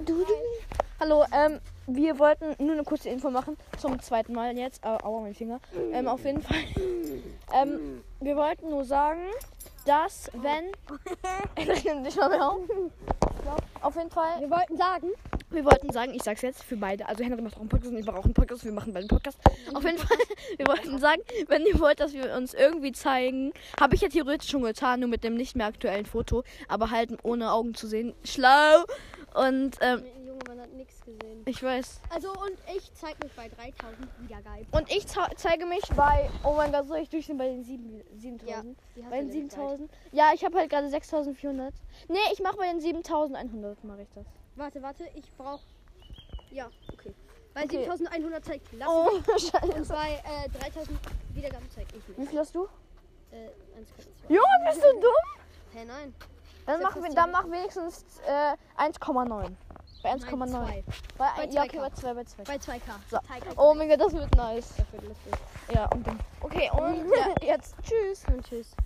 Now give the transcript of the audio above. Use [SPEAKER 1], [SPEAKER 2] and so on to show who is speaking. [SPEAKER 1] Du, du. Hallo, ähm, wir wollten nur eine kurze Info machen zum zweiten Mal jetzt. Äh, aua, mein Finger. Ähm, auf jeden Fall. Ähm, wir wollten nur sagen, dass wenn. Ich nehme dich mal mehr auf. Auf jeden Fall.
[SPEAKER 2] Wir wollten sagen,
[SPEAKER 1] Wir wollten sagen, ich sag's jetzt für beide. Also Henry macht auch einen Podcast und ich mache auch einen Podcast. Wir machen beide einen Podcast. Auf jeden Fall, wir wollten sagen, wenn ihr wollt, dass wir uns irgendwie zeigen, habe ich ja theoretisch schon getan, nur mit dem nicht mehr aktuellen Foto, aber halt ohne Augen zu sehen. Schlau. Und ähm,
[SPEAKER 2] der junge Mann hat nichts gesehen.
[SPEAKER 1] ich weiß.
[SPEAKER 2] Also und ich zeig mich bei 3000 Wiedergaben.
[SPEAKER 1] Und ich zau- zeige mich bei. Oh mein Gott, soll ich durchsehen bei den sieben- 7000?
[SPEAKER 2] die hast
[SPEAKER 1] bei den
[SPEAKER 2] du nicht
[SPEAKER 1] 7000? Ja, ich habe halt gerade 6400. Nee, ich mache bei den 7100 mache ich das.
[SPEAKER 2] gezeigt. Warte, warte, ich brauch. Ja, okay. Bei
[SPEAKER 1] Okay.
[SPEAKER 2] 7100 zeigt Lasse
[SPEAKER 1] Oh,
[SPEAKER 2] und
[SPEAKER 1] scheiße.
[SPEAKER 2] bei äh, 3000 Wiedergaben zeig ich mich.
[SPEAKER 1] Wie viel hast du?
[SPEAKER 2] Äh, 1,2.
[SPEAKER 1] Junge, bist du dumm?
[SPEAKER 2] Hä, nein.
[SPEAKER 1] Dann mach,
[SPEAKER 2] Selbst
[SPEAKER 1] dann mach wenigstens äh, 1,9. Bei 1,9.
[SPEAKER 2] Nein,
[SPEAKER 1] Bei,
[SPEAKER 2] Bei
[SPEAKER 1] ein- ja, okay,
[SPEAKER 2] 2K.
[SPEAKER 1] bei 2, bei 2.
[SPEAKER 2] Bei 2K.
[SPEAKER 1] So.
[SPEAKER 2] Teig
[SPEAKER 1] Oh mein Gott, das wird nice.
[SPEAKER 2] Dafür lustig.
[SPEAKER 1] Ja, und dann. Okay, und ja, jetzt tschüss.
[SPEAKER 2] Und tschüss.